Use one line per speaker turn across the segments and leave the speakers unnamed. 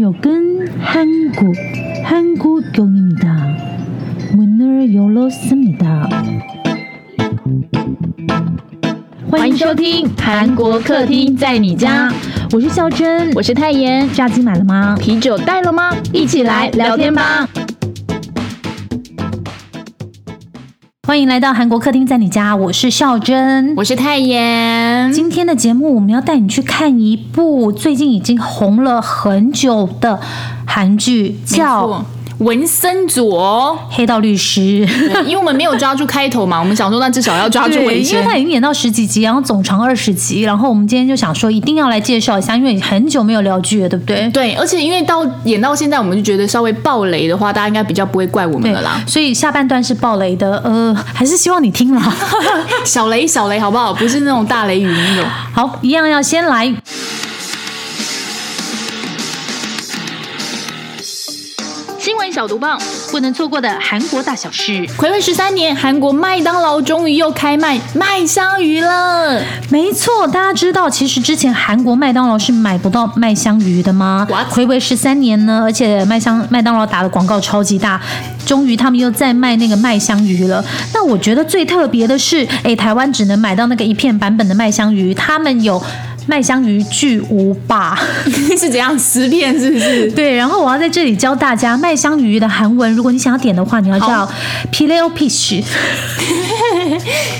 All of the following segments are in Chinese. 여기는 한국, 한국역입니다. 문을 열었습니다.
欢迎收听《韩国客厅在你家》，
我是孝珍，
我是泰妍。
炸鸡买了吗？
啤酒带了吗？一起来聊天吧。
欢迎来到韩国客厅在你家，我是孝珍。
我是泰妍。
今天的节目，我们要带你去看一部最近已经红了很久的韩剧，叫《
文森佐，
黑道律师》。
哦因为我们没有抓住开头嘛，我们想说那至少要抓住
对，
文
因为
森
它。已经演到十几集，然后总长二十集，然后我们今天就想说一定要来介绍一下，因为很久没有聊剧了，对不对？
对，而且因为到演到现在，我们就觉得稍微爆雷的话，大家应该比较不会怪我们
对
了 啦。，
所以下半段是暴雷的，呃，还是希望你听啦。
小雷小雷好不好？不是那种大雷雨那种。
好，一样要先来。
新闻小毒棒，
不能错过的韩国大小事，
暌违十三年，韩国麦当劳终于又开卖麦香鱼 了。
没错，大家知道，其实之前韩国麦当劳是买不到麦香鱼的吗？
What？
回违十三年呢，而且麦香麦当劳打的广告超级大，终于他们又在卖那个麦香鱼了。那我觉得最特别的是，哎，台湾只能买到那个一片版本的麦香鱼，他们有麦香鱼巨无霸。
是怎样十片是不是？
对，然后我要在这里教大家麦香鱼的韩文，如果你想要点的话，你要叫 pileo fish。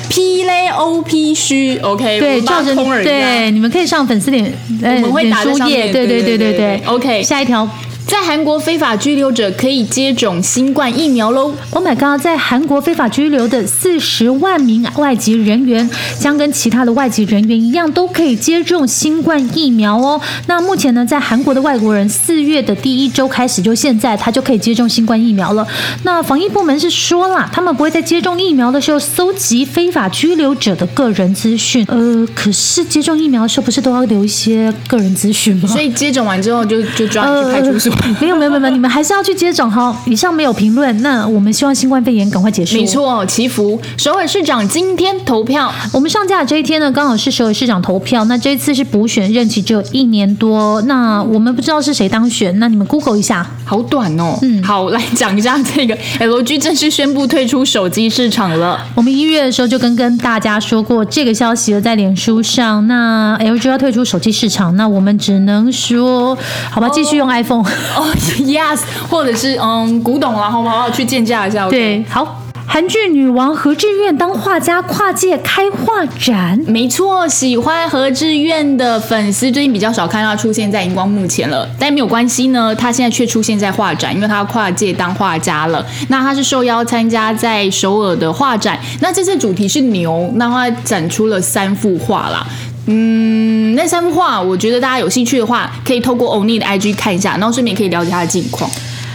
P 嘞 O P 虚，OK，
对，
我们
照
把
着
它空耳一下。
对，你们可以上粉丝脸，呃，
我们会
脸
打在
书
上
页，
面
对
对
对
对对
对
对，OK
下一条
在韩国非法拘留者可以接种新冠疫苗喽。
，Oh my god，在韩国非法拘留的四十万名外籍人员将跟其他的外籍人员一样，都可以接种新冠疫苗哦。那目前呢，在韩国的外国人四月的第一周开始，就现在他就可以接种新冠疫苗了。那防疫部门是说啦，他们不会在接种疫苗的时候搜集非法拘留者的个人资讯。呃，可是接种疫苗的时候不是都要留一些个人资讯吗？
所以接种完之后就就抓你去派出所。
呃没有没有没有没有，你们还是要去接种哈。以上没有评论，那我们希望新冠肺炎赶快结束。
没。错，祈福首尔市长今天投票，
我们上架的这一天呢，刚好是首尔市长投票。那这一次是补选，任期只有一年多。那我们不知道是谁当选，那你们 Google 一下。
好短哦。嗯，好，来讲一下这个 LG 正式宣布退出手机市场 了。
我们一月的时候就跟跟大家说过这个消息了，在脸书上。那 LG 要退出手机市场，那我们只能说，好吧，继续用 iPhone。
哦、y e s 或者是嗯古董啦，好不好？去见价一下。OK，
对，好。韩剧女王何志远当画家跨界开画展，
没错，喜欢何志远的粉丝最近比较少看到他出现在荧光幕前了，但没有关系呢，他现在却出现在画展，因为他跨界当画家了。那他是受邀参加在首尔的画展，那这次主题是牛，那他展出了三幅画啦。嗯，那三幅画，我觉得大家有兴趣的话，可以透过欧尼的 IG 看一下，然后顺便可以了解他的近况。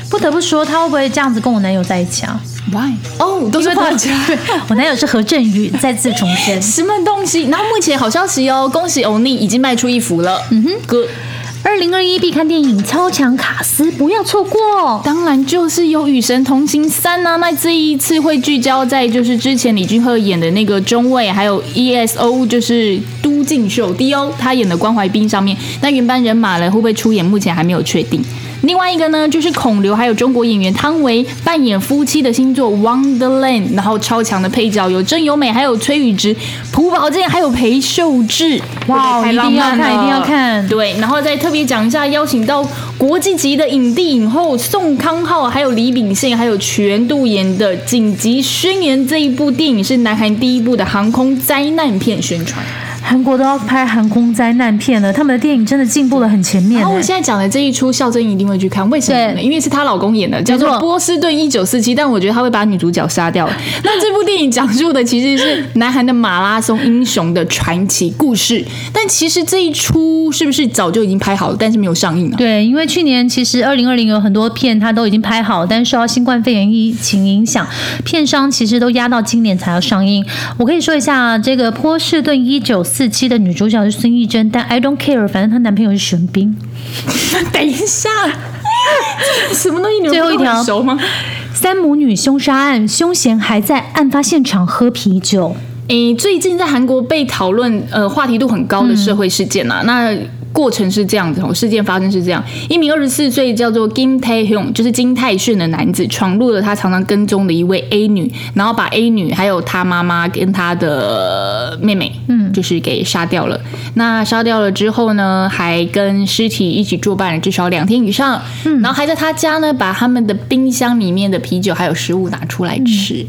不得不说，他会不会这样子跟我男友在一起 啊？
Why？哦，都是画家。
我男友是何振 宇，再次重申。
什么东西？然后目前好消息哦，恭喜欧尼已经卖出一幅了。嗯哼，哥。
二零二一必看电影《超强卡斯》，不要错过。
当然就是有《与神同行三》啊。那这一次会聚焦在就是之前李俊赫演的那个中尉，还有 ESO 就是都敬秀 D.O 他演的关怀兵上面。那原班人马呢会不会出演？目前还没有确定。另外一个呢，就是孔刘还有中国演员汤唯扮演夫妻的新作《Wonderland》，然后超强的配角有郑有美，还有崔宇植、朴宝剑，还有裴秀智。
哇
会不会太
一定要
浪漫
看一定
了
要看
对，然后再特别讲一下，邀请到国际级的影帝影后宋康昊，还有李秉宪，还有全度妍的《紧急宣言》这一部电影是南韩第一部的航空灾难片宣传。
韩国都要拍航空灾难片了，他们的电影真的进步的很前面
然
欸、
后我现在讲的这一出，孝珍一定会去看，为什么呢？
对
因为是她老公演的，叫做
没错
《波士顿一九四七》，但我觉得他会把女主角杀掉。那这部电影讲述的其实是南韩的马拉松英雄的传奇故事，但其实这一出是不是早就已经拍好了，但是没有上映啊？
对，因为去年其实二零二零有很多片它都已经拍好，但是受到新冠肺炎疫情影响，片商其实都压到今年才要上映。我可以说一下，这个《波士顿一九四七》的女主角是孙艺珍，但 I don't care，反正她男朋友是玄彬。
等一下，什么东西？你们
最后一
不是
条
很熟吗？
三母女凶杀案，凶嫌还在案发现场喝啤酒。
诶，最近在韩国被讨论呃话题度很高的社会事件啊，那。过程是这样子哦，事件发生是这样：一名二十四岁叫做金泰雄，就是金泰炫的男子，闯入了他常常跟踪的一位 A 女，然后把 A 女还有她妈妈跟她的妹妹，嗯，就是给杀掉了。那杀掉了之后呢，还跟尸体一起作伴了至少两天以上，嗯，然后还在他家呢，把他们的冰箱里面的啤酒还有食物拿出来吃。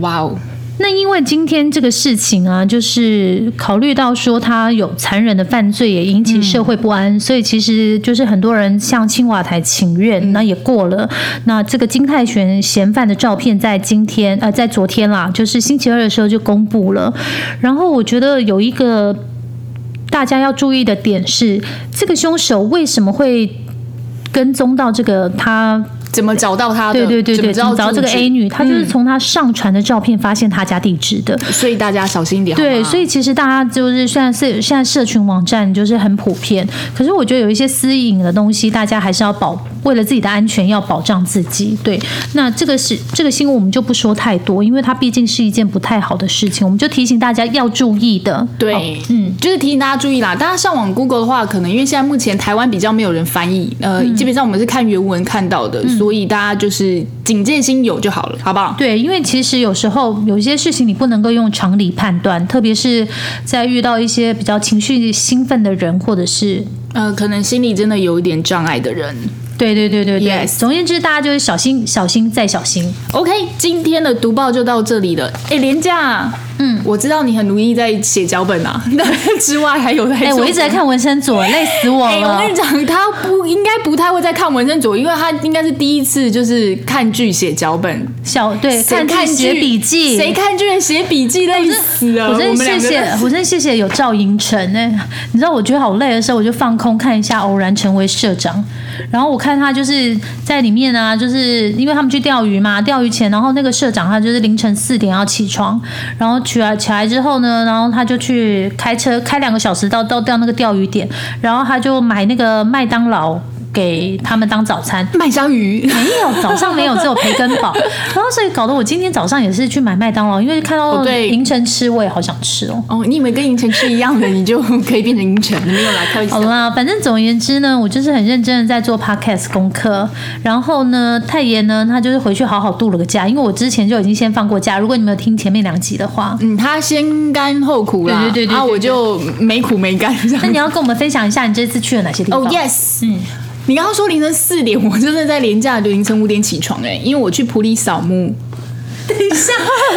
哇哦！
那因为今天这个事情啊，就是考虑到说他有残忍的犯罪，也引起社会不安，所以其实就是很多人向青瓦台请愿，那也过了。那这个金泰玄嫌犯的照片在今天呃，在昨天啦，就是星期二的时候就公布了。然后我觉得有一个大家要注意的点是，这个凶手为什么会跟踪到这个他
怎么找到他的？
对对对对，
怎么
找
知
到
道
这个嗯
住址
A 女，她就是从她上传的照片发现她家地址的。
所以大家小心一点。
对，
好吗
所以其实大家就是虽然是现在社群网站就是很普遍，可是我觉得有一些私隐的东西，大家还是要保，为了自己的安全要保障自己。对，那这个是这个新闻我们就不说太多，因为它毕竟是一件不太好的事情，我们就提醒大家要注意的。
对，
嗯
嗯，就是提醒大家注意啦。大家上网 Google 的话，可能因为现在目前台湾比较没有人翻译，呃，
嗯
基本上我们是看原文看到的，所以大家就是警戒心有就好了，好不好？
对，因为其实有时候有一些事情你不能够用常理判断，特别是在遇到一些比较情绪兴奋的人，或者是
呃，可能心里真的有一点障碍的人。
对对对对对
Yes
总而言之，大家就是小心、小心再小心。
OK，今天的读报就到这里了。哎，廉价，嗯，我知道你很努力在写脚本啊， 那之外还有在
哎、
做
我一直在看纹身组，累死我
哎、
了。
我跟你讲， 他不应该不太会再看文身佐，因为他应该是第一次就是看剧写脚本，
小对，
谁
看剧
剧
写笔记，
谁看剧写笔记累死了。
我真
呃们两
谢
个
谢，我真谢谢有赵寅成呢、你知道，我觉得好累的时候，我就放空看一下《偶然成为社长》，然后我看他就是在里面啊，就是因为他们去钓鱼嘛，钓鱼前，然后那个社长他就是凌晨四点要起床，然后起来起来之后呢，然后他就去开车开两个小时到到到那个钓鱼点，然后他就买那个麦当劳给他们当早餐，
麦香鱼，
没有，早上没有，只有培根堡。 然后所以搞得我今天早上也是去买麦当劳，因为看到
哦对
凌晨吃，我也好想吃哦。
哦，你以为跟银晨吃一样的，你就可以变成银晨？没有啦，开玩
好
笑。
啦，反正总而言之呢，我就是很认真的在做 podcast 功课。然后呢，太爷呢，他就是回去好好度了个假，因为我之前就已经先放过假。如果你们有听前面两集的话，
嗯，他先甘后苦啦，
对对对对对
啊，我就没苦没甘这
那
样。
你要跟我们分享一下你这次去了哪些地方？
哦、y e s
嗯
你刚刚说凌晨四点，我真的在廉价的凌晨五点起床哎、因为我去普里扫墓，
等一下，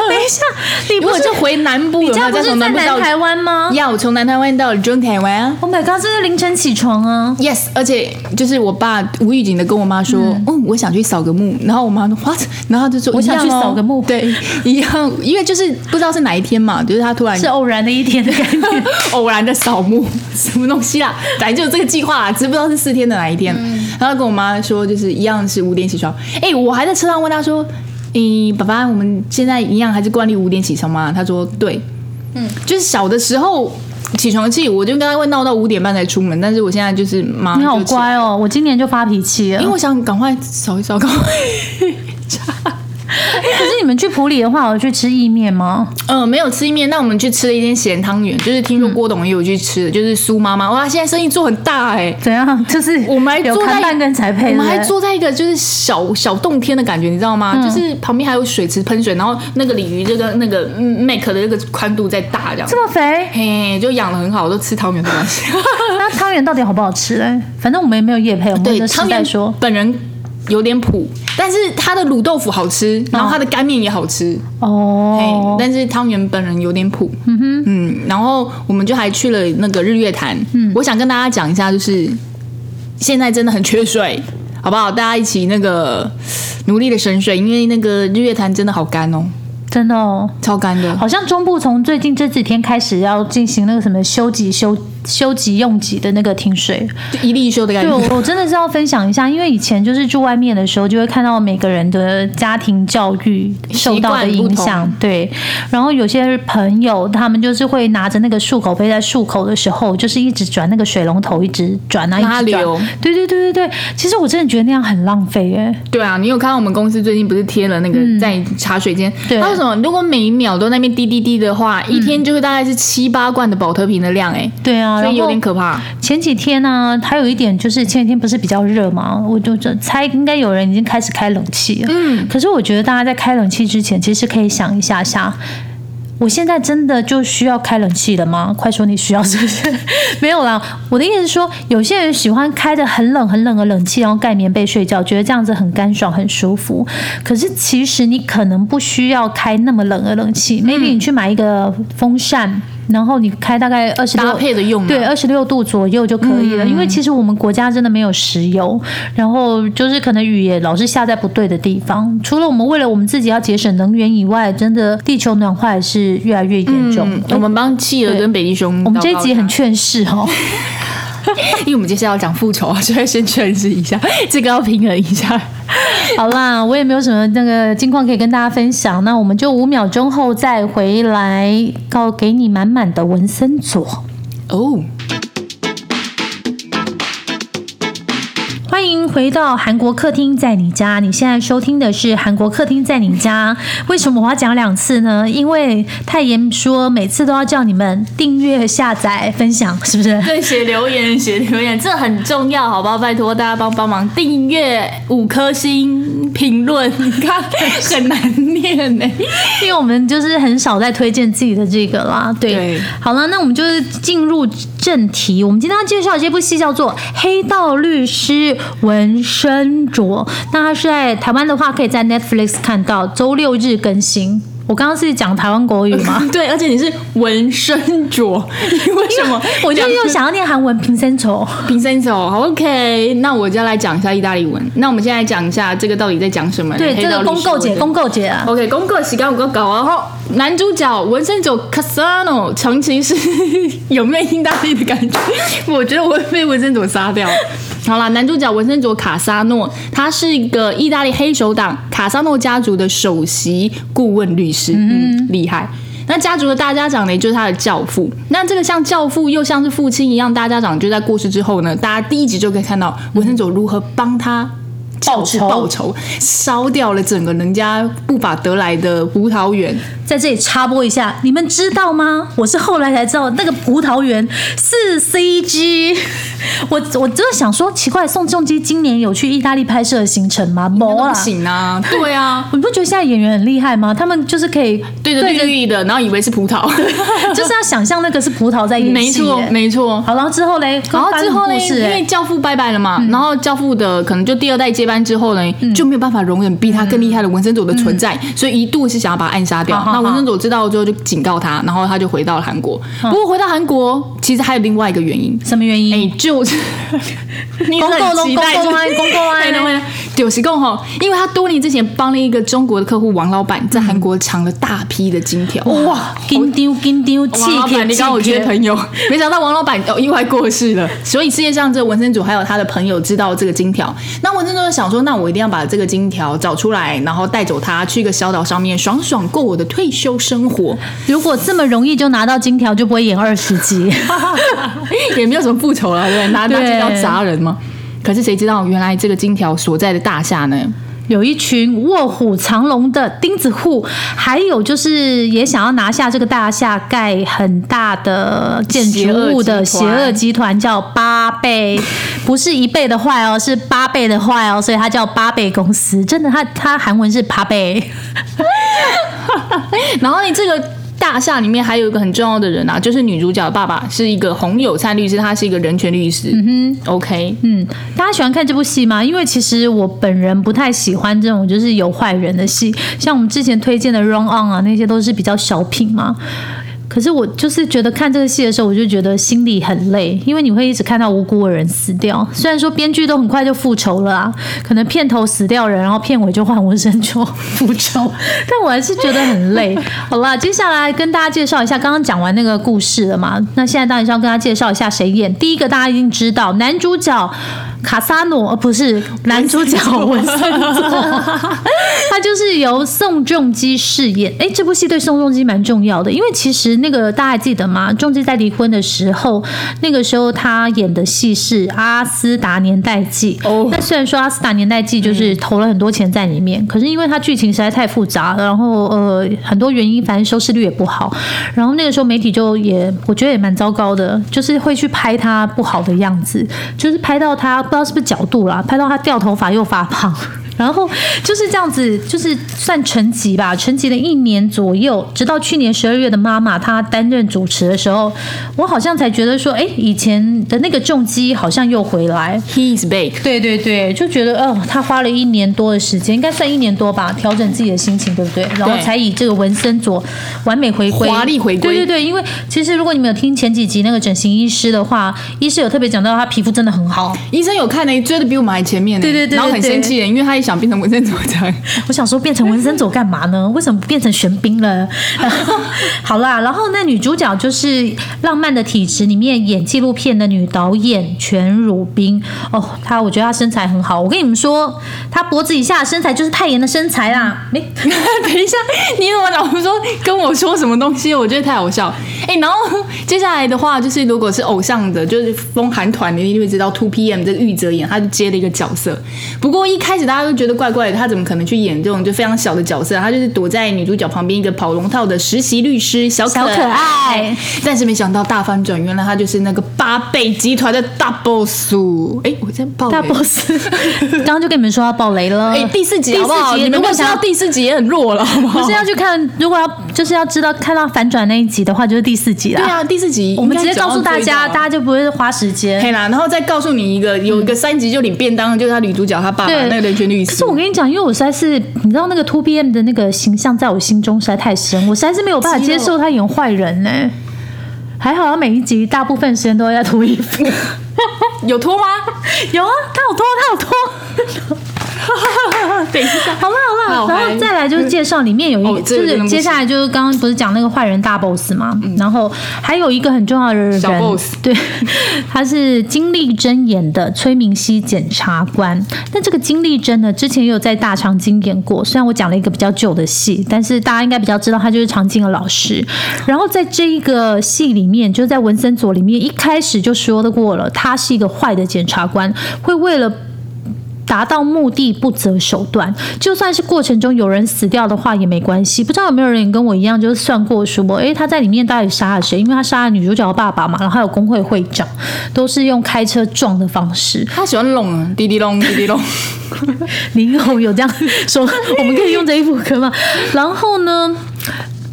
等一下， 你
因
不
为我
是
就回南部
你
了嘛，
家不
再
是
从
在
南部到
南台湾吗
呀，我从南台湾到了中台湾。
？Oh my god，这是凌晨起床啊！
Yes，而且就是我爸无预警的跟我妈说，嗯我想去扫个墓，然后我妈说 what，然后她就说
我想
一样
去
哦
扫个墓
对，一样，因为就是不知道是哪一天嘛，就是他突然
是啊偶然的一天的感
嗯
觉。
偶然的扫墓， 什么东西啦？反正就有这个计划啦，只是不知道是四天的哪一天。
嗯
然后跟我妈说，就是一样是五点起床。哎、我还在车上问她说：“咦、爸爸，我们现在一样还是惯例五点起床吗？”她说：“对。”嗯，就是小的时候起床气，我就跟她会闹到五点半才出门，但是我现在就是妈
你好
就起来
乖哦，我今年就发脾气了。
因为我想赶快扫一扫，赶快。
可是你们去普里的话，我去吃意面吗？
嗯、没有吃意面，那我们去吃了一间咸汤圆，就是听说郭董也有去吃的，就是苏妈妈，哇，她现在生意做很大哎、
怎样？就是
我们还
有
坐在
看半跟才配，
我们还
对不嗯对
坐在一个就是小小洞天的感觉，你知道吗？就是旁边还有水池喷水，然后那个鲤鱼这个那个嗯 make 的那个宽度再大这样。
这么肥，
嘿，就养的很好，我都吃汤圆的东 西。
那汤圆到底好不好吃？哎，反正我们也没有夜配，我们
对
的，时
汤
代
圆
说。
本人有点普，但是他的卤豆腐好吃，
嗯
然后他的干面也好吃。哎，
哦，
但是汤圆本人有点普，嗯哼，嗯，然后我们就还去了那个日月潭，嗯，我想跟大家讲一下，就是现在真的很缺水， 好不好？大家一起那个努力的省水，因为那个日月潭真的好干哦，
真的哦，
超干的。
好像中部从最近这几天开始要进行那个什么修集修修集用集的那个停水，
就一立修的感
对，
觉。
我我真的是要分享一下，因为以前就是住外面的时候，就会看到每个人的家庭教育受到的影
习惯
响，对。然后有些朋友他们就是会拿着那个漱口杯，在漱口的时候，就是一直转那个水龙头，一直转啊，一
拉
直转
流。
对对对对对，其实我真的觉得那样很浪费耶。
对啊，你有看到我们公司最近不是贴了那个在茶水间，
嗯对
它什么？如果每一秒都那边滴滴滴的话，一天就是大概是七八罐的保特瓶的量、欸，
对啊，
哎，所
然
以有
后
点可怕。
前几天呢、还有一点就是前几天不是比较热嘛，我就就猜应该有人已经开始开冷气了。
嗯，
可是我觉得大家在开冷气之前，其实可以想一下下，我现在真的就需要开冷气了吗？快说你需要是不是？没有啦，我的意思是说，有些人喜欢开的很冷很冷的冷气，然后盖棉被睡觉，觉得这样子很干爽很舒服。可是其实你可能不需要开那么冷的冷气、m a y b e 你去买一个风扇。然后你开大概二十
搭配的用、啊，
对，二十六度左右就可以
嗯
了。因为其实我们国家真的没有石油，然后就是可能雨也老是下在不对的地方。除了我们为了我们自己要节省能源以外，真的地球暖化也是越来越严重。
嗯，我们帮企鹅跟北极熊，
我们这一集很，劝世哦，
因为我们接下来要讲复仇 啊，所以先确认一下，这个要平衡一下。
好啦，我也没有什么那个近况可以跟大家分享，那我们就五秒钟后再回来，告给你满满的文森佐。
哦，
欢迎回到韩国客厅在你家。你现在收听的是韩国客厅在你家。为什么我要讲两次呢？因为泰妍说每次都要叫你们订阅、下载、分享，是不是？
对，写留言，写留言，这很重要，好不好？拜托大家帮帮忙，订阅五颗星，评论，你 看很难念呢、
因为我们就是很少在推荐自己的这个啦。对，
对
好了，那我们就是进入正题。我们今天要介绍的这部戏叫做《黑道律师文生卓》，那它是在台湾的话可以在 Netflix 看到，周六日更新。我刚刚是讲台湾国语吗？
对，而且你是纹身着，你为什么？
我就
讲
又想要念韩文平生丑，
平身手好，OK。那我就要来讲一下意大利文。那我们现在讲一下这个到底在讲什么？
对，
黑
这
道
个
律
公
师
购姐，
文
公购姐啊，
OK，公告洗干我搞然后啊男主角纹身手 Casano 长崎是 有没有意大利的感觉？ 我觉得我会被纹身手杀掉。 好啦，男主角纹身佐卡萨诺，他是一个意大利黑手党卡萨诺家族的首席顾问律师，嗯，厉害。那家族的大家长呢，就是他的教父。那这个像教父又像是父亲一样，大家长就在过世之后呢，大家第一集就可以看到文森佐如何帮他。
报
就是
仇
报仇，烧掉了整个人家不法得来的葡萄园。
在这里插播一下，你们知道吗？我是后来才知道那个葡萄园是 CG，我 我真的想说奇怪，宋仲基今年有去意大利拍摄的行程吗？没
那
啦
不。行啊，对啊，
你不觉得现在演员很厉害吗？他们就是可以，
对着绿绿的，然后以为是葡 萄，
就是要想象那个是葡萄在演戏。
没错
欸
没错。
好，然后之后嘞，
然后之后呢，
发生故事嗯
因
欸
为教父拜拜了嘛，然后教父的可能就第二代接班之后呢，
嗯
就没有办法容忍比他更厉害的文森佐的存在，所以一度是想要把他暗杀掉。
好好
那文
好
森佐知道之后就警告他，然后他就回到了韩国。不过回到韩国，其实还有另外一个原因，
什么原
哎、
因？
就是你
公告咯
很期待
公告啊
这个
公告啊
对的对的就是讲吼，因为他多年之前帮了一个中国的客户王老板在韩国藏了大批的金条，哎哇！
金丢金丢，气
王老板，
铁
你
气
刚我
铁
缺朋友，没想到王老板哦意外过世了，所以世界上这文森佐还有他的朋友知道这个金条，那文森佐就想说，那我一定要把这个金条找出来，然后带走它去一个小岛上面爽爽过我的退休生活，
如果这么容易就拿到金条，就不会演二十集。
也没有什么复仇了，对不对，拿拿
对
金条砸人嘛。可是谁知道，原来这个金条所在的大厦呢？
有一群卧虎藏龙的钉子户，还有就是也想要拿下这个大厦，盖很大的建筑物的邪
邪恶集团
恶集团叫八倍，不是一倍的坏哦，是八倍的坏哦，所以它叫八倍公司。真的，它它韩文是八倍。
然后你这个大厦里面还有一个很重要的人啊，就是女主角的爸爸是一个洪友灿律师，他是一个人权律师。嗯哼，OK，
嗯，大家喜欢看这部戏吗？因为其实我本人不太喜欢这种就是有坏人的戏，像我们之前推荐的《Run On》啊，那些都是比较小品嘛。可是我就是觉得看这个戏的时候，我就觉得心里很累，因为你会一直看到无辜的人死掉。虽然说编剧都很快就复仇了啊，可能片头死掉人，然后片尾就换纹身就复仇， 但我还是觉得很累。好啦，接下来跟大家介绍一下，刚刚讲完那个故事了嘛，那现在当然是要跟大家介绍一下谁演。第一个大家一定知道，男主角卡萨诺，呃，不是男主角文森佐，他就是由宋仲基饰演。哎，这部戏对宋仲基蛮重要的，因为其实那。那个大家还记得吗？仲基在离婚的时候，那个时候他演的戏是《阿斯达年代记》。
哦
那虽然说《阿斯达年代记》就是投了很多钱在里面，可是因为它剧情实在太复杂，然后呃很多原因，反正收视率也不好。然后那个时候媒体就也我觉得也蛮糟糕的，就是会去拍他不好的样子，就是拍到他不知道是不是角度啦，拍到他掉头发又发胖。然后 就是这样子，就是算沉寂吧，沉寂了一年左右，直到去年十二月的妈妈她担任主持的时候，我好像才觉得说，哎，以前的那个重击好像又回来。
He is back。
对对对，就觉得，哦，他花了一年多的时间，应该算一年多吧，调整自己的心情，对不对？然后才以这个纹身左完美回归，
华丽回归
对对对，因为其实如果你们有听前几集那个整形医师的话，医师有特别讲到他皮肤真的很好。
医生有看呢、追的比我们还前面呢、
对对对对
然后很生气耶、因为他也想变成文森佐这样。
我想说变成纹身走干嘛呢？为什么变成玄彬了？ 然后好啦，然后那女主角就是《浪漫的体质》里面演纪录片的女导演全汝彬哦，她我觉得她身材很好。我跟你们说，她脖子以下的身材就是泰妍的身材啦。
嗯
没、
等一下，你怎么老说跟我说什么东西？我觉得太好笑。哎、然后接下来的话就是，如果是偶像的，就是风韩团，你一定会知道 Two PM 这个玉泽演，他就接了一个角色。不过一开始大家都觉得怪怪的，他怎么可能去演这种就非常小的角色？他就是躲在女主角旁边一个跑龙套的实习律师小可
小可爱。
但是没想到大翻转，原来他就是那个八倍集团的大 boss。哎、我在爆
大
雷
boss，刚刚就跟你们说要爆雷了。
哎、第四集
第
好不好？
四集
你们
如
都
果
知道
想
第四集也很弱了，好不好？
不是要去看，如果要就是要知道看到反转那一集的话，就是第四集啦。
对啊，第四集
我们直接告诉大
啊
家，大家就不会花时间。
可以啦，然后再告诉你一个，有一个三集就领便当的，就是他女主角她爸爸
对
啊那个人权律
可
师
是。我跟你讲，因为我实在是，你知道那个 Two PM 的那个形象在我心中实在太深，我实在是没有办法接受他演坏人呢、 还好他啊每一集大部分时间都在脱衣 服，
有脱吗？
有啊，他有脱，他有脱。啊
等一下，
好了好
好
了，然
嗨
后再来就是介绍里面有一
哦
个，
这
就
个真的
是
不
接
行嗯
下来就是刚刚不是讲那个坏人大 boss 嘛，然后还有一个很重要的人
小 boss
对， 他是金丽珍演的崔明熙检察官。那这个金丽珍呢，之前也有在大长今演过，虽然我讲了一个比较旧的戏，但是大家应该比较知道她就是长今的老师。然后在这一个戏里面，就是在文森佐里面一开始就说的过了，他是一个坏的检察官，会为了。达到目的不择手段，就算是过程中有人死掉的话也没关系。不知道有没有人跟我一样，就是算过说，诶，他在里面到底杀了谁？因为他杀了女主角的爸爸嘛，然后还有工会会长，都是用开车撞的方式。
他喜欢弄啊，滴滴隆，滴 滴隆。
林红有这样说，我们可以用这一副歌吗？然后呢？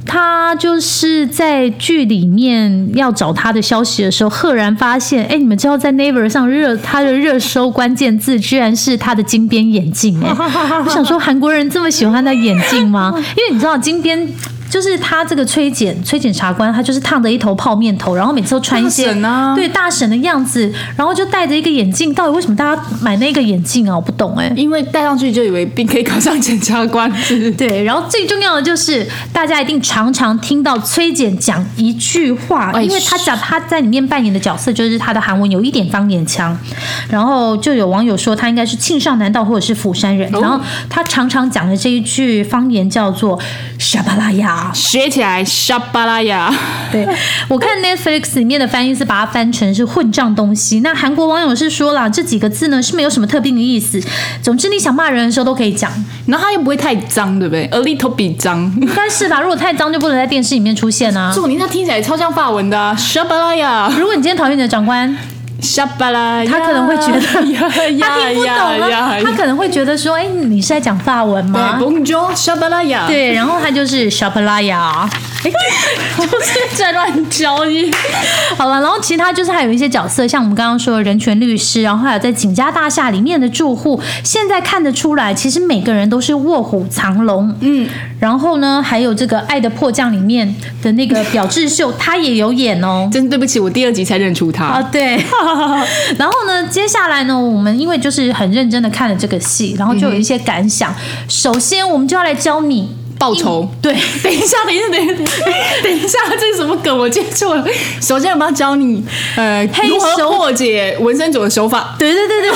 他就是在剧里面要找他的消息的时候，赫然发现，哎，你们知道在 Naver 上热他的热搜关键字居然是他的金边眼镜， 哎，我想说韩国人这么喜欢戴眼镜吗？因为你知道金边。就是他这个崔检崔检察官，他就是烫着一头泡面头，然后每次都穿一些
大婶啊
对大婶的样子，然后就戴着一个眼镜。到底为什么大家买那个眼镜啊？我不懂哎、
因为戴上去就以为并可以考上检察官，是不是？
对，然后最重要的就是，大家一定常常听到崔简讲一句话，
哎
因为他讲他在里面扮演的角色就是他的韩文有一点方言腔，然后就有网友说他应该是庆尚南道或者是釜山人，
哦
然后他常常讲的这一句方言叫做“沙巴拉 雅”，
学起来，沙巴拉雅。
对，我看 Netflix 里面的翻译是把它翻成是混账东西。那韩国网友是说了，这几个字呢是没有什么特定的意思，总之你想骂人的时候都可以讲，
然后他又不会太脏，对不对？A little bit 脏。
应该是吧？如果太脏就不能在电视里面出现啊。
重点他听起来超像法文的、啊，沙巴拉雅，
如果你今天讨厌你的长官，
沙巴拉雅。
他可能会觉得他
呀呀
听不懂
呀
啊，
呀
他可能会觉得说：“哎，你是在讲法文吗
对，Bonjour，沙巴拉雅。，
对，然后他就是小巴拉雅，
就是在乱教你。
好了，然后其他就是还有一些角色，像我们刚刚说的人权律师，然后还有在景家大厦里面的住户，现在看得出来，其实每个人都是卧虎藏龙。嗯，然后呢，还有这个《爱的迫降》里面的那个表智秀，他也有演哦。
真对不起，我第二集才认出他。
啊， 对。然后呢，接下来呢，我们因为就是很认真的看了这个戏，然后就有一些感想。首先，我们就要来教你
嗯报仇。
对，
等一下，等一下，等一下，等一下，这是什么梗？我接错了。首先，我们要教你呃
黑
如何
手
破解纹身组的手法。
对对对 对，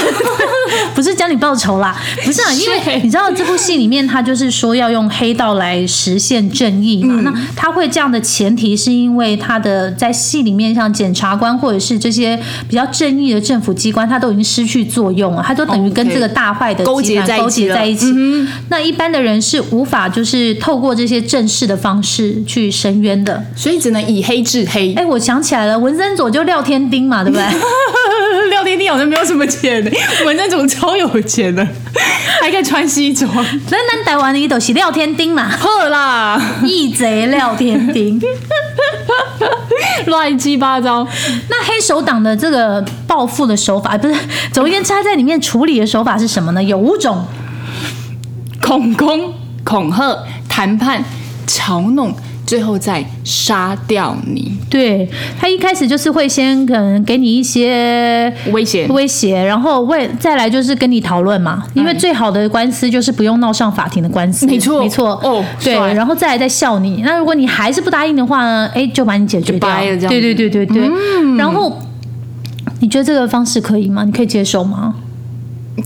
不是教你报仇啦，不是啊，因为你知道这部戏里面他就是说要用黑道来实现正义
嗯
嘛。那他会这样的前提是因为他的在戏里面像检察官或者是这些比较正义的政府机关，他都已经失去作用了，他都等于跟
OK
这个大坏的
哦勾结
集团
在一起
勾结
了嗯
在一起。那一般的人是无法就是透过这些正式的方式去申冤的。
所以只能以黑制黑。
哎，我想起来了，文森佐就廖天丁嘛，对 不对？
廖天丁好像没有什么钱的，文森组超有钱的，还可以穿西装。
咱咱台湾的伊就是廖天丁嘛。
呵啦，
义贼廖天 丁。
乱七八糟。
那黑手党的这个报复的手法，哎不是，总而言之，他在里面处理的手法是什么呢？有五种。
恐攻、恐吓、谈判、嘲弄，最后再杀掉你，
对他一开始就是会先可能给你一些
威胁。
威胁，然后为再来就是跟你讨论嘛，因为最好的官司就是不用闹上法庭的官司，
嗯没错
没错，
哦
对，
帅
然后再来再笑你。那如果你还是不答应的话呢，哎，就把你解决
就
掉，
掰了这样子嗯
对对对对对。然后你觉得这个方式可以吗？你可以接受吗？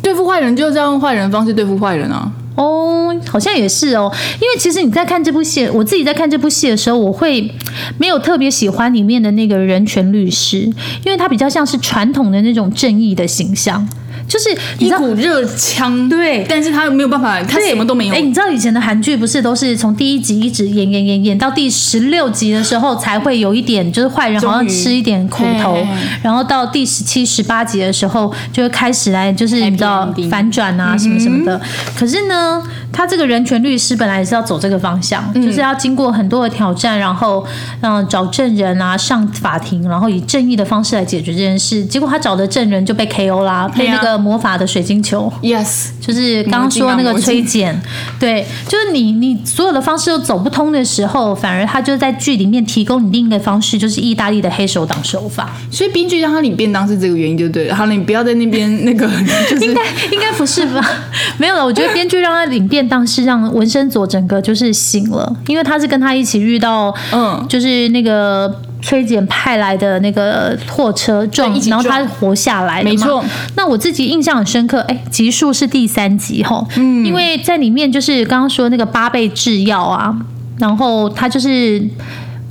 对付坏人就是要用坏人的方式对付坏人啊。
哦，好像也是哦，因为其实你在看这部戏，我自己在看这部戏的时候，我会没有特别喜欢里面的那个人权律师，因为他比较像是传统的那种正义的形象，就是你
一
知道。
股热腔，
对
但是他没有办法，他
对
什么都没有
哎、。你知道以前的韩剧不是都是从第一集一直演演演演到第十六集的时候才会有一点，就是坏人好像
终于
吃一点苦头，
嘿嘿嘿
然后到第十七、十八集的时候就会开始来，就是你知道
Happy ending 嗯
反转啊什么什么的。可是呢，他这个人权律师本来是要走这个方向，
嗯
就是要经过很多的挑战，然后嗯、呃找证人啊上法庭，然后以正义的方式来解决这件事。结果他找的证人就被 KO 啦，被
对啊
那个魔法的水晶球。
Yes，
就是刚刚说那个催减，对，就是你你所有的方式都走不通的时候，反而他就在剧里面提供你另一个方式，就是意大利的黑手党手法。
所以编剧让他领便当是这个原因就对了。好了，你不要在那 边那个，就是
应该应该不是吧？ 没有了，我觉得编剧让他领便当是让文森佐整个就是醒了，因为他是跟他一起遇到，
嗯
就是那个崔检派来的那个货车撞
对一，起
然后他
撞
活下来了嘛
没错。
那我自己印象很深刻，哎，集数是第三集吼，嗯，因为在里面就是刚刚说那个八倍制药啊，然后他就是。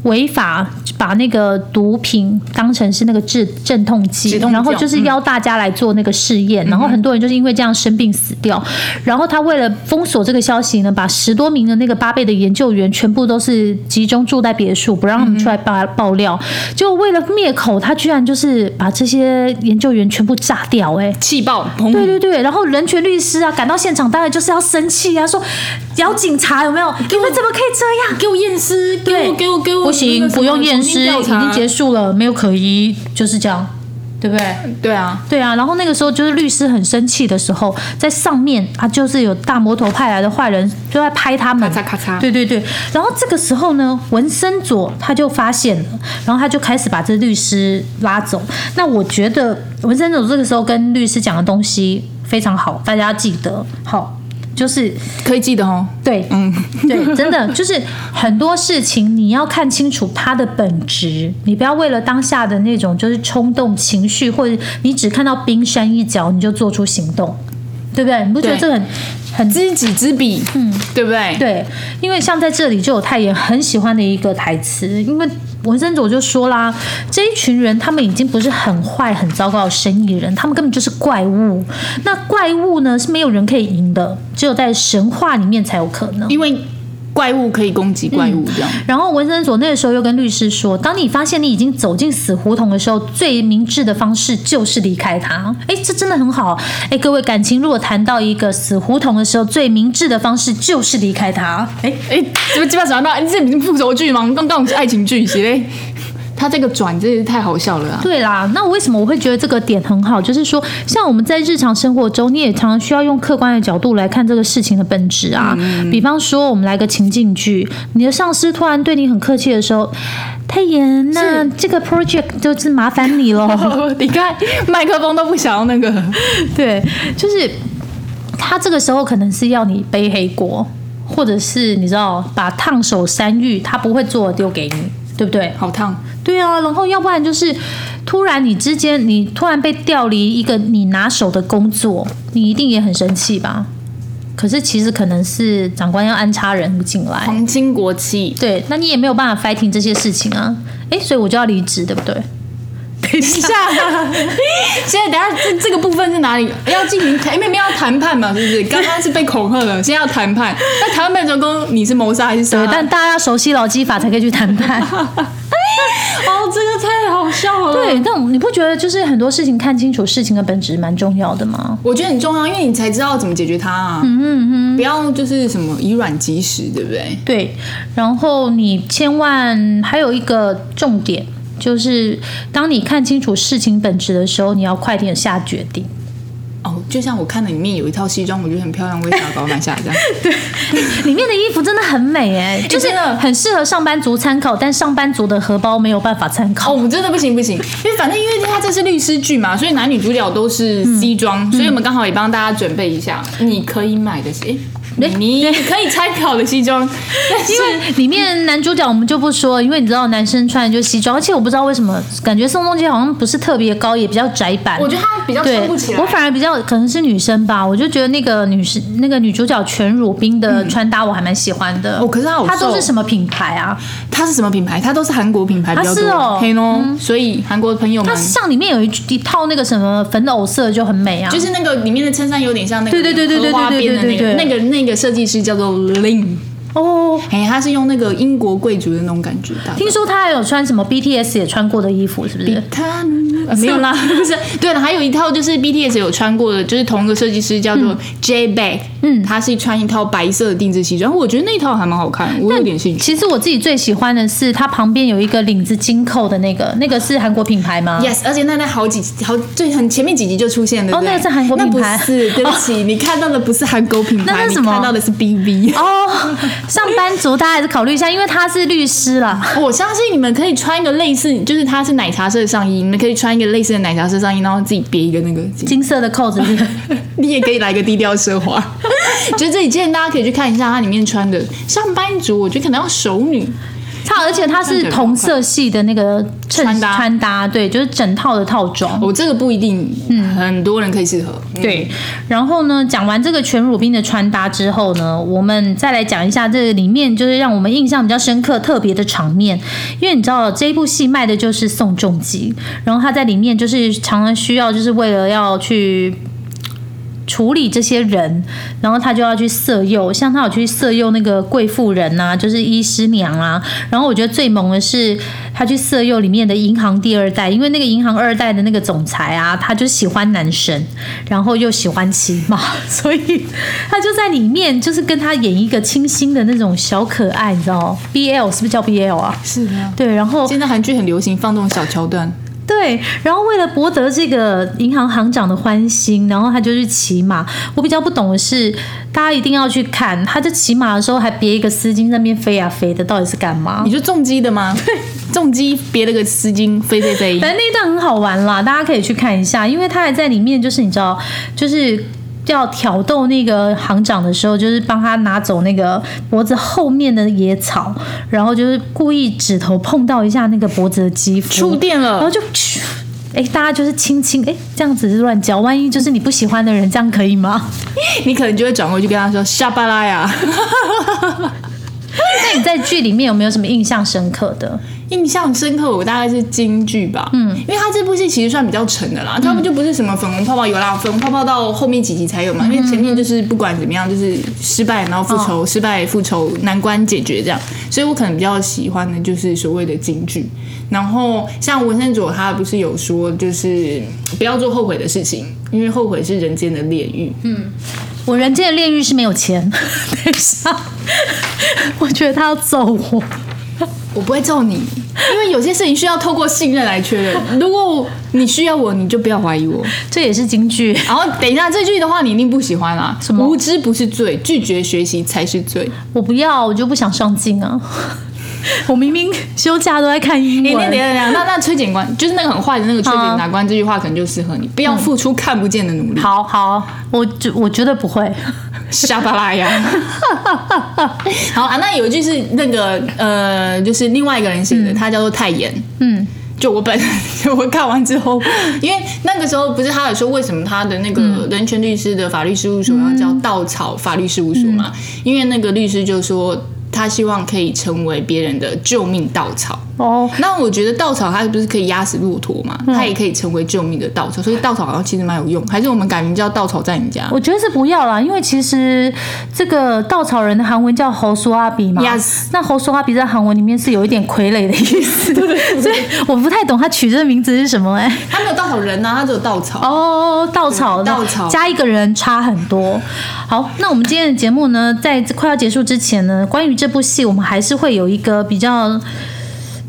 违法把那个毒品当成是那个治镇痛剂，
止痛
嗯然后
药
就是邀大家来做那个试
嗯
验，然后很多人就是因为这样生病死掉。然后他为了封锁这个消息呢，把十多名的那个八倍的研究员全部都是集中住在别墅，不让他们出来爆爆料。
嗯
就为了灭口，他居然就是把这些研究员全部炸掉、哎。
气爆澎
对
湃。
对对，然后人权律师啊，赶到现场当然就是要生气啊，说咬警察有没有？你们怎么可以这样？
嗯给我验尸，给
对，
我给我给我，
不行，不用验尸，已经结束了，没有可疑，就是这样，对不对？
对啊，
对啊，然后那个时候就是律师很生气的时候，在上面啊，就是有大魔头派来的坏人就在拍他们，
咔嚓咔嚓
对对对。然后这个时候呢，文森佐他就发现了，然后他就开始把这律师拉走。那我觉得文森佐这个时候跟律师讲的东西非常好，大家记得好，就是
可以记得哦。
对，嗯，对，真的就是很多事情你要看清楚它的本质，你不要为了当下的那种就是冲动情绪，或者你只看到冰山一角你就做出行动，对不对？你不觉得
对
这个很很
知己知彼，嗯，对不对？
对，因为像在这里就有太妍很喜欢的一个台词，因为文森佐就说啦，这一群人他们已经不是很坏、很糟糕的生意人，他们根本就是怪物。那怪物呢是没有人可以赢的，只有在神话里面才有可能。
因为怪物可以攻击怪物，这样、
然后文森佐那个时候又跟律师说，当你发现你已经走进死胡同的时候，最明智的方式就是离开它。哎，这真的很好。哎，各位感情如果谈到一个死胡同的时候，最明智的方式就是离开它。哎，
哎，这基本上到这不是复仇剧吗？刚刚是爱情剧，是嘞。他这个转真是太好笑了啊！
对啦，那为什么我会觉得这个点很好？就是说，像我们在日常生活中，你也常常需要用客观的角度来看这个事情的本质啊。比方说，我们来个情境剧，你的上司突然对你很客气的时候，太妍，那这个 project 就是麻烦你喽。
你看麦克风都不想要那个，
对，就是他这个时候可能是要你背黑锅，或者是你知道把烫手山芋他不会做的丢给你，对不对？
好烫，
对啊，然后要不然就是突然你之间你突然被调离一个你拿手的工作，你一定也很生气吧？可是其实可能是长官要安插人进来，
皇亲国戚，
对，那你也没有办法 fighting 这些事情啊，诶，所以我就要离职，对不对？ 等一
一下， 现在等一下这这个部分是哪里？要进行谈，因为没有要谈判嘛，是不是？刚刚是被恐吓 了，现在要谈判。那谈判成功，你是谋杀还是杀？
对， 但大家要熟悉劳基法才可以去谈判。
哦，这个太好笑了。
对，但你不觉得就是很多事情看清楚事情的本质蛮重要的吗？
我觉得很重要，因为你才知道怎么解决它啊。嗯嗯嗯，不要就是什么以卵击石，对不对？
对，然后你千万还有一个重点，就是当你看清楚事情本质的时候，你要快点下决定。
哦，就像我看了里面有一套西装，我觉得很漂亮，我也想要把它买下来这样。
里面的衣服真的很美哎、就是
真的
很适合上班族参考，但上班族的荷包没有办法参考。
哦，我真的不行不行，因为反正因为它这是律师剧嘛，所以男女主角都是
嗯
西装，所以我们刚好也帮大家准备一下，你可以买的西，诶你可以参考的西装，但是
因为里面男主角我们就不说，因为你知道男生穿的就西装，而且我不知道为什么感觉宋仲基好像不是特别高，也比较窄版。
我觉得他比较
对
撑不起，来
我。反而比较可能是女生吧，我就觉得那个女生那个女主角全乳冰的穿搭我还蛮喜欢的。
哦可是她好
她都
瘦
是什么品牌啊？
它是什么品牌？它都是韩国品牌比较多，
啊是哦
嘿咯所以韩国的朋友们
她像里面有一一套那个什么粉藕色就很美啊，
就是那个里面的衬衫有点像那个
对对对对对对
荷花边的那个
对对对
那个那个设计师叫做 Lin，
哦。
嘿，他是用那个英国贵族的那种感觉打扮。
听说她还有穿什么 BTS 也穿过的衣服，是不是？
他没有啦， 不是对了，还有一套就是 BTS 有穿过的，就是同一个设计师叫做 J Bag，嗯，他是穿一套白色的定制西装，我觉得那套还蛮好看，我有点兴趣。
其实我自己最喜欢的是它旁边有一个领子金扣的那个，那个是韩国品牌吗？
Yes，而且那那好几好最很前面几集就出现了，对不
嗯
对
哦那个是韩国品牌哦
那不 是，对不起，你看到的不是韩国品
那
牌，
是
你
什么
看到的 是 BV。
哦，上班族大家还是考虑一下，因为他是律师啦。
我相信你们可以穿一个类似，就是它是奶茶色的上衣，你们可以穿一个类似的奶茶色上衣，然后自己别一个那个金
金色的扣子是不是，
你也可以来个低调奢 华。就这里建议大家可以去看一下它里面穿的上班族，我觉得可能要熟女，
它而且它是同色系的那个衬
穿搭
穿搭，对，就是整套的套装。
我、哦这个不一定，很多人可以适合。嗯
对，然后呢，讲完这个全乳冰的穿搭之后呢，我们再来讲一下这里面就是让我们印象比较深刻、特别的场面，因为你知道这一部戏卖的就是宋仲基，然后他在里面就是常常需要，就是为了要去。处理这些人，然后他就要去色诱，像他有去色诱那个贵妇人啊，就是医师娘啊。然后我觉得最萌的是他去色诱里面的银行第二代，因为那个银行二代的那个总裁啊，他就喜欢男生，然后又喜欢骑马， 所以他就在里面就是跟他演一个清新的那种小可爱，你知道？BL 是不是叫 BL 啊？
是的。
对，然后
现在韩剧很流行放这种小桥段，
对，然后为了博得这个银行行长的欢心，然后他就去骑马。我比较不懂的是，大家一定要去看，他在骑马的时候还别一个丝巾在那边飞呀、飞的，到底是干嘛
你？就重击的吗？重击别了个丝巾，飞飞 飞。
反正那一段很好玩啦，大家可以去看一下，因为他还在里面，就是你知道，就是。要挑逗那个行长的时候，就是帮他拿走那个脖子后面的野草，然后就是故意指头碰到一下那个脖子的肌肤，
触电
然后
了，
就，哎，大家就是轻轻，哎，这样子是乱叫，万一就是你不喜欢的人，这样可以 吗？
你可能就会转过去跟他说下巴拉呀。
那你在剧里面有没有什么印象深刻的？
印象深刻，我大概是京剧吧，嗯，因为他这部戏其实算比较沉的啦，要不就不是什么粉红泡泡有啦，粉红泡泡到后面几集才有嘛，因为前面就是不管怎么样就是失败，然后复仇，失败复仇，难关解决这样，所以我可能比较喜欢的就是所谓的京剧。然后像文森佐他不是有说，就是不要做后悔的事情，因为后悔是人间的炼狱。
我人间的炼狱是没有钱， 等一下，我觉得他要揍我。
我不会揍你，因为有些事情需要透过信任来确认。如果你需要我，你就不要怀疑我。
这也是京剧，
然后等一下，这句的话你一定不喜欢啦。
什么
无知不是罪，拒绝学习才是罪。
我不要，我就不想上镜啊。 我明明休假都在看英
哎、
文。
那等一下等一下，那那崔检官就是那个很坏的那个崔
啊
检察官，这句话可能就适合你。不要付出看不见的努力。
好好，我觉我绝对不会。
下巴拉呀。 好啊，那有一句是那个呃，就是另外一个人写的，他叫做泰妍。
嗯，
就我本 就我看完之后，因为那个时候不是他有说为什么他的那个人权律师的法律事务所要叫稻草法律事务所嘛？因为那个律师就说他希望可以成为别人的救命稻草。
哦，
那我觉得稻草它不是可以压死骆驼嘛？它也可以成为救命的稻草，所以稻草好像其实蛮有用。还是我们改名叫稻草在你家？
我觉得是不要啦，因为其实这个稻草人的韩文叫猴苏阿比嘛。
Yes
那猴苏阿比在韩文里面是有一点傀儡的意 思，所以我不太懂他取这个名字是什么哎、
它没有稻草人啊呐、它只有稻草。
哦，稻草，
稻草
加一个人差很多。好，那我们今天的节目呢，在快要结束之前呢，关于这部戏，我们还是会有一个比较。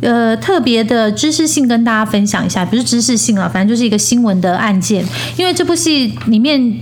呃，特别的知识性跟大家分享一下，不是知识性了，啊反正就是一个新闻的案件。因为这部戏里面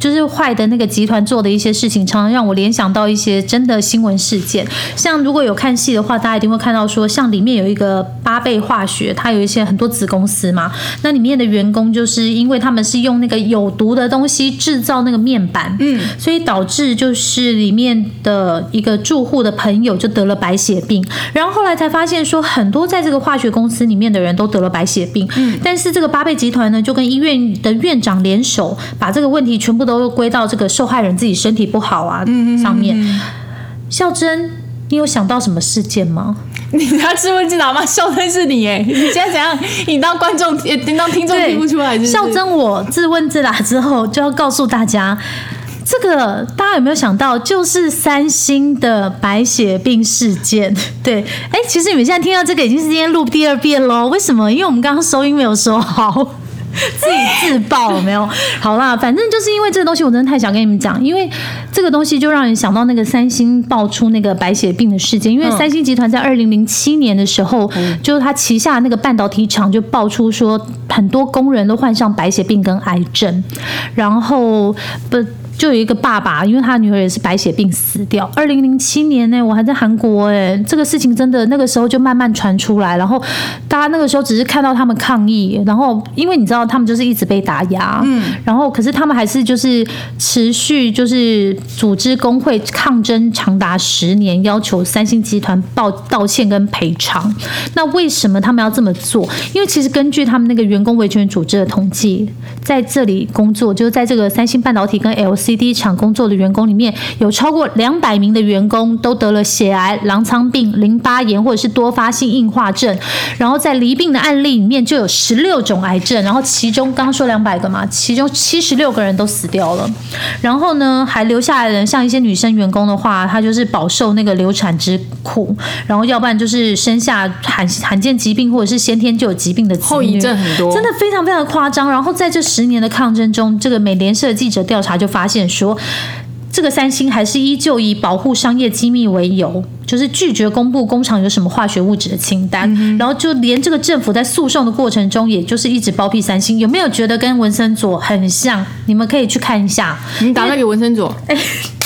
就是坏的那个集团做的一些事情，常常让我联想到一些真的新闻事件。像如果有看戏的话，大家一定会看到说，像里面有一个八倍化学，它有一些很多子公司嘛，那里面的员工就是因为他们是用那个有毒的东西制造那个面板，嗯，所以导致就是里面的一个住户的朋友就得了白血病，然后后来才发现说，很多在这个化学公司里面的人都得了白血病，嗯，但是这个八倍集团呢，就跟医院的院长联手，把这个问题全部都归到这个受害人自己身体不好
嗯
啊、上面。孝珍，你有想到什么事件吗？
你他质问进来吗？笑的是 你哎！你现在怎样？你当观众、呃你当听众
对，
听不出来是不是？
孝真我自问自答之后，就要告诉大家，这个大家有没有想到，就是三星的白血病事件？对， 哎，其实你们现在听到这个已经是今天录第二遍喽。为什么？因为我们刚刚收音没有收好。 自己自爆有没 有？好啦，反正就是因为这个东西，我真的太想跟你们讲，因为这个东西就让人想到那个三星爆出那个白血病的事件。因为三星集团在二零零七年的时候，就是它旗下那个半导体厂就爆出说，很多工人都患上白血病跟癌症，然后不。就有一个爸爸，因为他女儿也是白血病死掉。二零零七年呢、我还在韩国哎、这个事情真的那个时候就慢慢传出来，然后大家那个时候只是看到他们抗议，然后因为你知道他们就是一直被打压，嗯，然后可是他们还是就是持续就是组织工会抗争长达十年，要求三星集团报道歉跟赔偿。那为什么他们要这么做？因为其实根据他们那个员工维权组织的统计，在这里工作，就是在这个三星半导体跟 LCD 厂工作的员工里面，有超过两百名的员工都得了血癌、狼疮病、淋巴炎或者是多发性硬化症。然后在离病的案例里面，就有十六种癌症，然后其中刚刚说两百个嘛，其中七十六个人都死掉了。然后呢，还留下来的人，像一些女生员工的话，她就是饱受那个流产之苦，然后要不然就是生下罕罕见疾病或者是先天就有疾病的子
后
女
遗症很多，
真的非常非常夸张。然后在这十年的抗争中，这个美联社记者调查就发现说，这个三星还是依旧以保护商业机密为由，就是拒绝公布工厂有什么化学物质的清
嗯
单。然后就连这个政府在诉讼的过程中，也就是一直包庇三星。有没有觉得跟文森佐很像？你们可以去看一下。
你打电话给文森佐，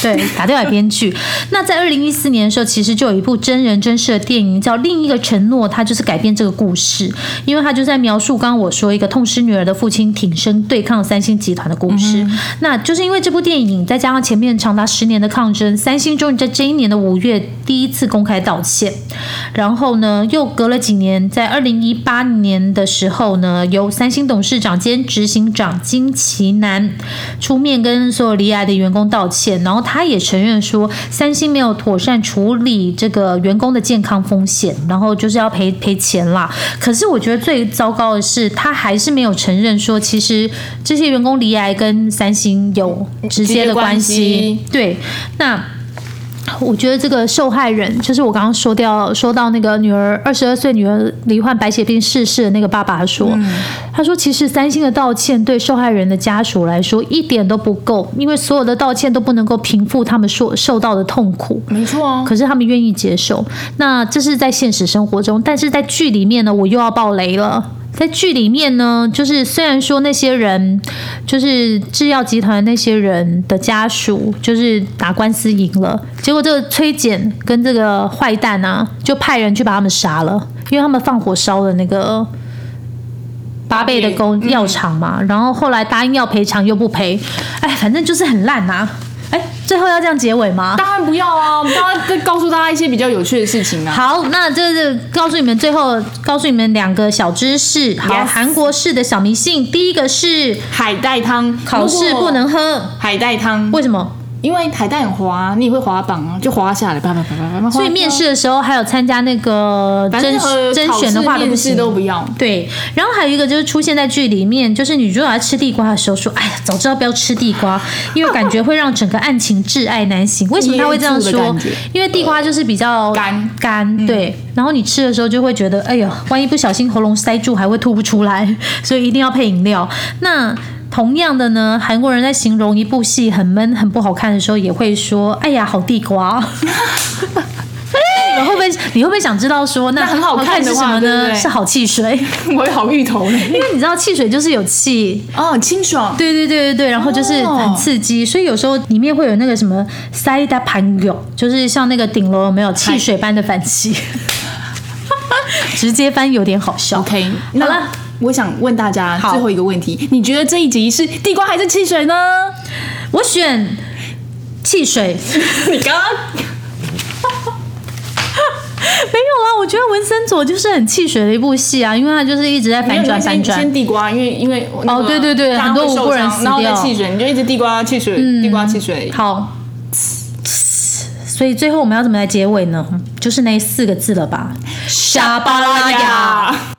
对，打电话给编剧。那在二零一四年的时候，其实就有一部真人真事的电影叫《另一个承诺》，它就是改编这个故事，因为它就在描述刚刚我说一个痛失女儿的父亲挺身对抗三星集团的故事。那就是因为这部电影，再加上前面长达十年的抗争，三星终于在这一年的五月第一次公开道歉。然后呢，又隔了几年，在二零一八年的时候呢，由三星董事长兼执行长金奇南出面跟所有离癌的员工道歉，然后他也承认说，三星没有妥善处理这个员工的健康风险，然后就是要赔赔钱啦。可是我觉得最糟糕的是，他还是没有承认说，其实这些员工离癌跟三星有直接的关
直接关
系
系。
对，那。我觉得这个受害人，就是我刚刚说掉说到那个女儿二十二岁女儿罹患白血病逝世的那个爸爸说，他说其实三星的道歉对受害人的家属来说一点都不够，因为所有的道歉都不能够平复他们所受到的痛苦。
没错啊。
可是他们愿意接受。那这是在现实生活中，但是在剧里面呢，我又要爆雷了。在剧里面呢，就是虽然说那些人，就是制药集团那些人的家属，就是打官司赢了，结果这个崔简跟这个坏蛋啊，就派人去把他们杀了，因为他们放火烧了那个八倍的
嗯
工药厂嘛。然后后来答应要赔偿又不赔，哎，反正就是很烂呐、啊。哎，最后要这样结尾吗？
当然不要啊，我们当然再告诉大家一些比较有趣的事情啊。
好，那这是告诉你们最后告诉你们两个小知识。好，
Yes
韩国式的小迷信，第一个是
海带汤，
考试
如果
不能喝，
海带汤，
为什么？
因为海带很滑，你也会滑板啊，就滑下来，啪啪啪啪啪啪。
所以面试的时候还有参加那个
反
甄
正呃
甄选的
考
话
试
都不
面试
行。
都不要。
对，然后还有一个就是出现在剧里面，就是女主角在吃地瓜的时候说：“哎呀，早知道不要吃地瓜，因为感觉会让整个案情挚爱难行。”为什么她会这样
噎住的
说
感觉？呃
因为地瓜就是比较
干嗯
干，对。然后你吃的时候就会觉得，哎呦，万一不小心喉咙塞住，还会吐不出来，所以一定要配饮料。那。同样的呢，韩国人在形容一部戏很闷、很不好看的时候，也会说：“哎呀，好地瓜。”你们会不会？你会不会想知道说，那
那很好看的
是
话
什么
对不
呢？
对
是好汽水。
我也好芋头 嘞。
因为你知道汽水就是有气，
哦，清爽。
对对对对对，然后就是很刺激，所以有时候里面会有那个什么塞达盘涌，就是像那个顶楼有没有汽水般的反击，直接翻有点好笑。
OK，
好了
那我想问大家
好
最后一个问题，你觉得这一集是地瓜还是汽水呢？
我选汽水，
你刚刚
没有啊，我觉得文森佐就是很汽水的一部戏啊，因为他就是一直在反转
没
反
有你先
转
先。地瓜，因为因为那个
哦对对对
大家
很多
会
无
受
辜人
伤
死
然后再
掉嗯
汽水，你就一直地瓜汽水，地瓜汽水。
好，所以最后我们要怎么来结尾呢？就是那四个字了吧？
沙巴拉雅。